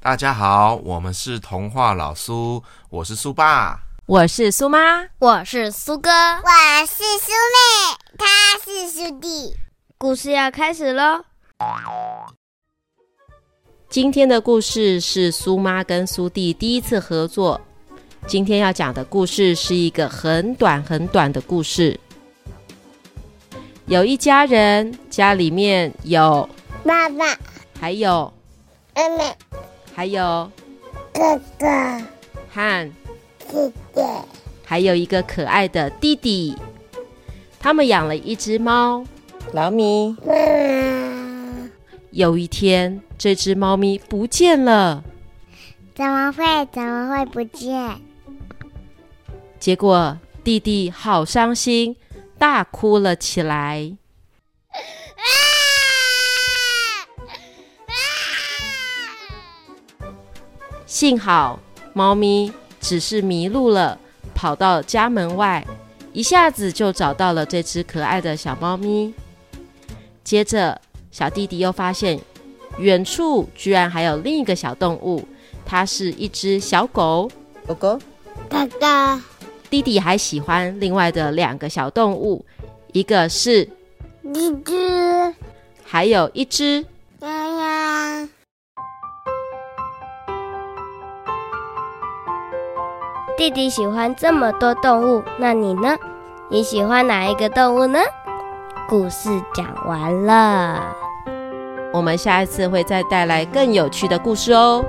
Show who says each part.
Speaker 1: 大家好，我们是童话老苏，我是苏爸。
Speaker 2: 我是苏妈，
Speaker 3: 我是苏哥，
Speaker 4: 我是苏妹，他是苏弟。
Speaker 3: 故事要开始喽。
Speaker 2: 今天的故事是苏妈跟苏弟第一次合作。今天要讲的故事是一个很短很短的故事。有一家人，家里面有，
Speaker 4: 爸爸、
Speaker 2: 还有，
Speaker 4: 妹妹、
Speaker 2: 还有
Speaker 4: 哥哥、
Speaker 2: 和，
Speaker 4: 姐姐，
Speaker 2: 还有一个可爱的弟弟。他们养了一只猫。老米。
Speaker 4: 妈妈，
Speaker 2: 有一天，这只猫咪不见了。
Speaker 4: 怎么会怎么会不见？
Speaker 2: 结果弟弟好伤心，大哭了起来。幸好猫咪只是迷路了，跑到家门外，一下子就找到了这只可爱的小猫咪。接着，小弟弟又发现远处居然还有另一个小动物，它是一只小狗。狗狗
Speaker 4: 哥哥，
Speaker 2: 弟弟还喜欢另外的两个小动物，一个是，
Speaker 4: 弟弟，
Speaker 2: 还有一只。
Speaker 4: 丫丫，
Speaker 3: 弟弟喜欢这么多动物，那你呢？你喜欢哪一个动物呢？故事讲完了。
Speaker 2: 我们下一次会再带来更有趣的故事哦。